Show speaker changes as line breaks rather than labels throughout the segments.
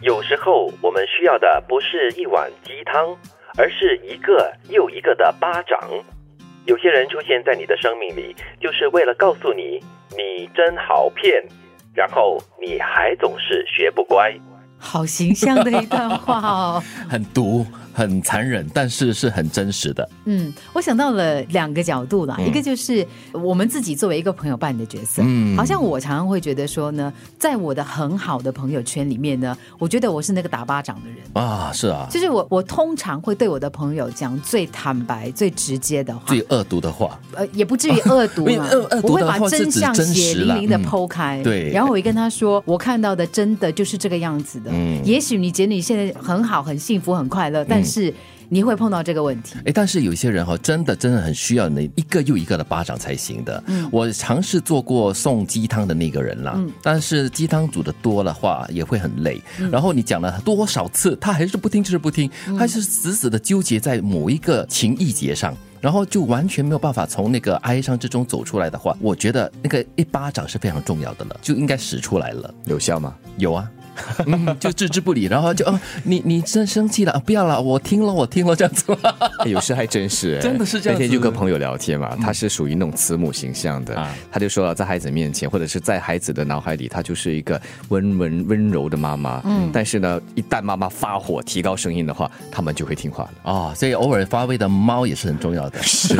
有时候我们需要的不是一碗鸡汤，而是一个又一个的巴掌。有些人出现在你的生命里，就是为了告诉你你真好骗，然后你还总是学不乖。
好形象的一段话哦。
很毒、很残忍，但是是很真实的。
嗯，我想到了两个角度啦，一个就是我们自己作为一个朋友伴的角色，
嗯
好像我常常会觉得说呢，在我的很好的朋友圈里面呢，我觉得我是那个打巴掌的人，
啊，是啊，
就是我我通常会对我的朋友讲最坦白、最直接的话
最，恶毒的话，
呃，也不至于恶毒
因为
嘛
恶恶，毒
我会
的
把
话是
真
指
相
真
血
实
淋
啦
淋的
嗯
剖开，
对
然后我会跟他说，我看到的真的就是这个样子的，
嗯
也许你觉得你现在很好、很幸福、很快乐，但
嗯
是你会碰到这个问 题。
哎，但是有些人哈、真的真的很需要你一个又一个的巴掌才行的。
嗯
我尝试做过送鸡汤的那个人啦，
嗯
但是鸡汤煮的多的话也会很累。然后你讲了多少次，他还是不听，就是不听，
嗯
他是死死的纠结在某一个情意结上。然后就完全没有办法从那个哀伤之中走出来的话，我觉得那个一巴掌是非常重要的了，就应该使出来了。
有 效吗？
有啊。嗯，就置之不理，然后就啊，你你真生气了，啊不要了，我听了，我听了，这样子吗？
哎有时还真是、哎
真的是这样子嗯
那天就跟朋友聊天嘛，他是属于那种慈母形象的，
啊
他就说了，在孩子面前，或者是在孩子的脑海里，他就是一个温文温柔的妈妈。嗯，但是呢，一旦妈妈发火、提高声音的话，他们就会听话了。
哦，所以偶尔发威的猫也是很重要的，是，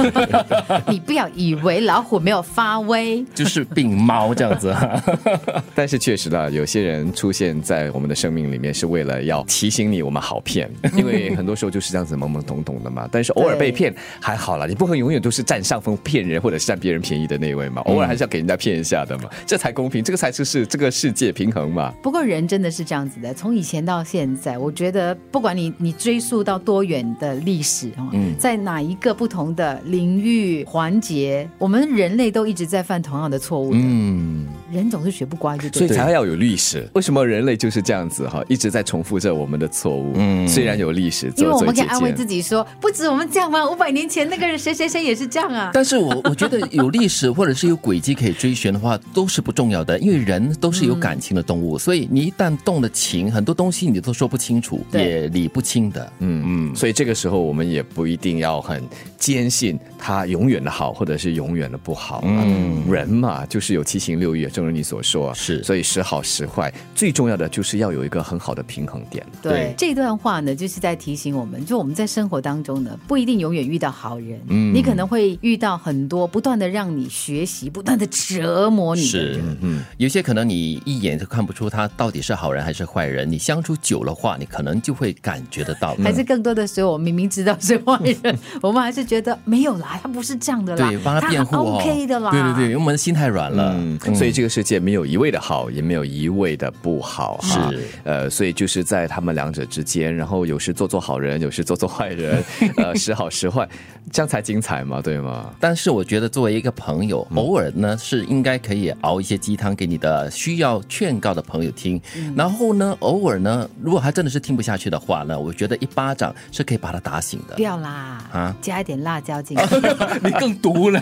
你不要以为老虎没有发威，
就是病猫 这样子、啊。
但是确实啦，有些人出现在我们的生命里面，是为了要提醒你我们好骗，因为很多时候就是这样子懵懵懂懂的嘛。但是偶尔被骗还好啦，你不可能永远都是占上风骗人或者是占别人便宜的那一位嘛，偶尔还是要给人家骗一下的嘛，这才公平，这个才就是这个世界平衡嘛。
不过人真的是这样子的，从以前到现在，我觉得不管你你追溯到多远的历史啊，
嗯
在哪一个不同的领域环节，我们人类都一直在犯同样的错误的。
嗯，
人总是学不乖，就
所
对
以
了。
才要有历史。为什么人类就是这样子哈，一直在重复着我们的错误？嗯，虽然有历史，
因为
做
我
做
们可以
借
安慰自
鉴。
己说，不止我们这样吗？五百年前那个人谁谁谁也是这样啊。
但是我我觉得有历史或者是有轨迹可以追寻的话，都是不重要的，因为人都是有感情的动物，所以你一旦动了情，很多东西你都说不清楚，
对
也理不清的。
嗯嗯，所以这个时候我们也不一定要很坚信它永远的好，或者是永远的不好。嗯，人嘛，就是有七情六欲，正如你所说，
是
所以时好时坏，最重要的就是要有一个很好的平衡点。
对
对
这段话呢，就是在提醒我们，就我们在生活当中呢，不一定永远遇到好人，嗯，你可能会遇到很多不断的让你学习、不断的折磨你的
是
人。，
嗯，有些可能你一眼就看不出他到底是好人还是坏人，你相处久的话，你可能就会感觉得到。
还是更多的时候，我明明知道是坏 人，我们还是觉得没有啦，他不是这样的啦，
对，帮他辩护哦
OK 的啦，
对对对，因为我们心太软了。
嗯，所以这个世界没有一味的好，也没有一味的不好，哈
是
呃，所以就是在他们两者之间，然后有时做做好人，有时做做坏 人，呃，时好时坏，这样才精彩嘛，对吗？
但是我觉得作为一个朋友，偶尔呢是应该可以熬一些鸡汤给你的需要劝告的朋友听。然后呢，偶尔呢，如果他真的是听不下去的话呢，我觉得一巴掌是可以把他打醒的
不。要啦，
啊
加一点辣椒 进去。
你更毒 了，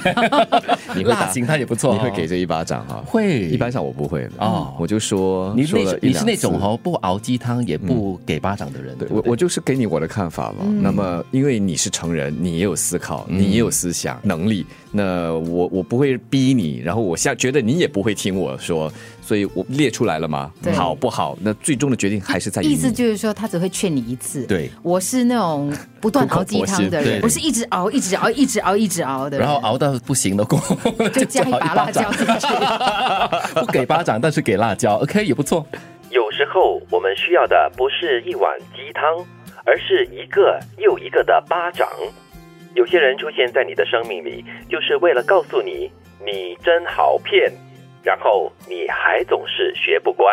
你会
辣
打
醒他也不错哦、
你会给这一巴掌啊哈、
会
一般上我不会的
哦
我就说
你
说了
那
一
你
两
是
次
那种哦，不熬鸡汤也不给巴掌的人。
对
嗯对不
我
对
我就是给你我的看法了。
嗯
那么，因为你是成人，你也有思考，你
嗯
也有思想、能力，那我我不会逼你，然后我下觉得你也不会听我说，所以我列出来了嘛
对，
好不好？那最终的决定还是在于
意思
你。
就是说，他只会劝你一次。
对，
我是那种不断熬鸡汤的
苦口婆
人
心，对
我是一直熬，一直熬，一直熬，一直熬的人。
然后熬到不行了过后，
就加一
只好
把辣椒
掌，
进去。
不给巴掌，但是给辣椒，OK 也不错。
有时候我们需要的不是一碗鸡汤，而是一个又一个的巴掌。有些人出现在你的生命里，就是为了告诉你你真好骗，然后你还总是学不乖。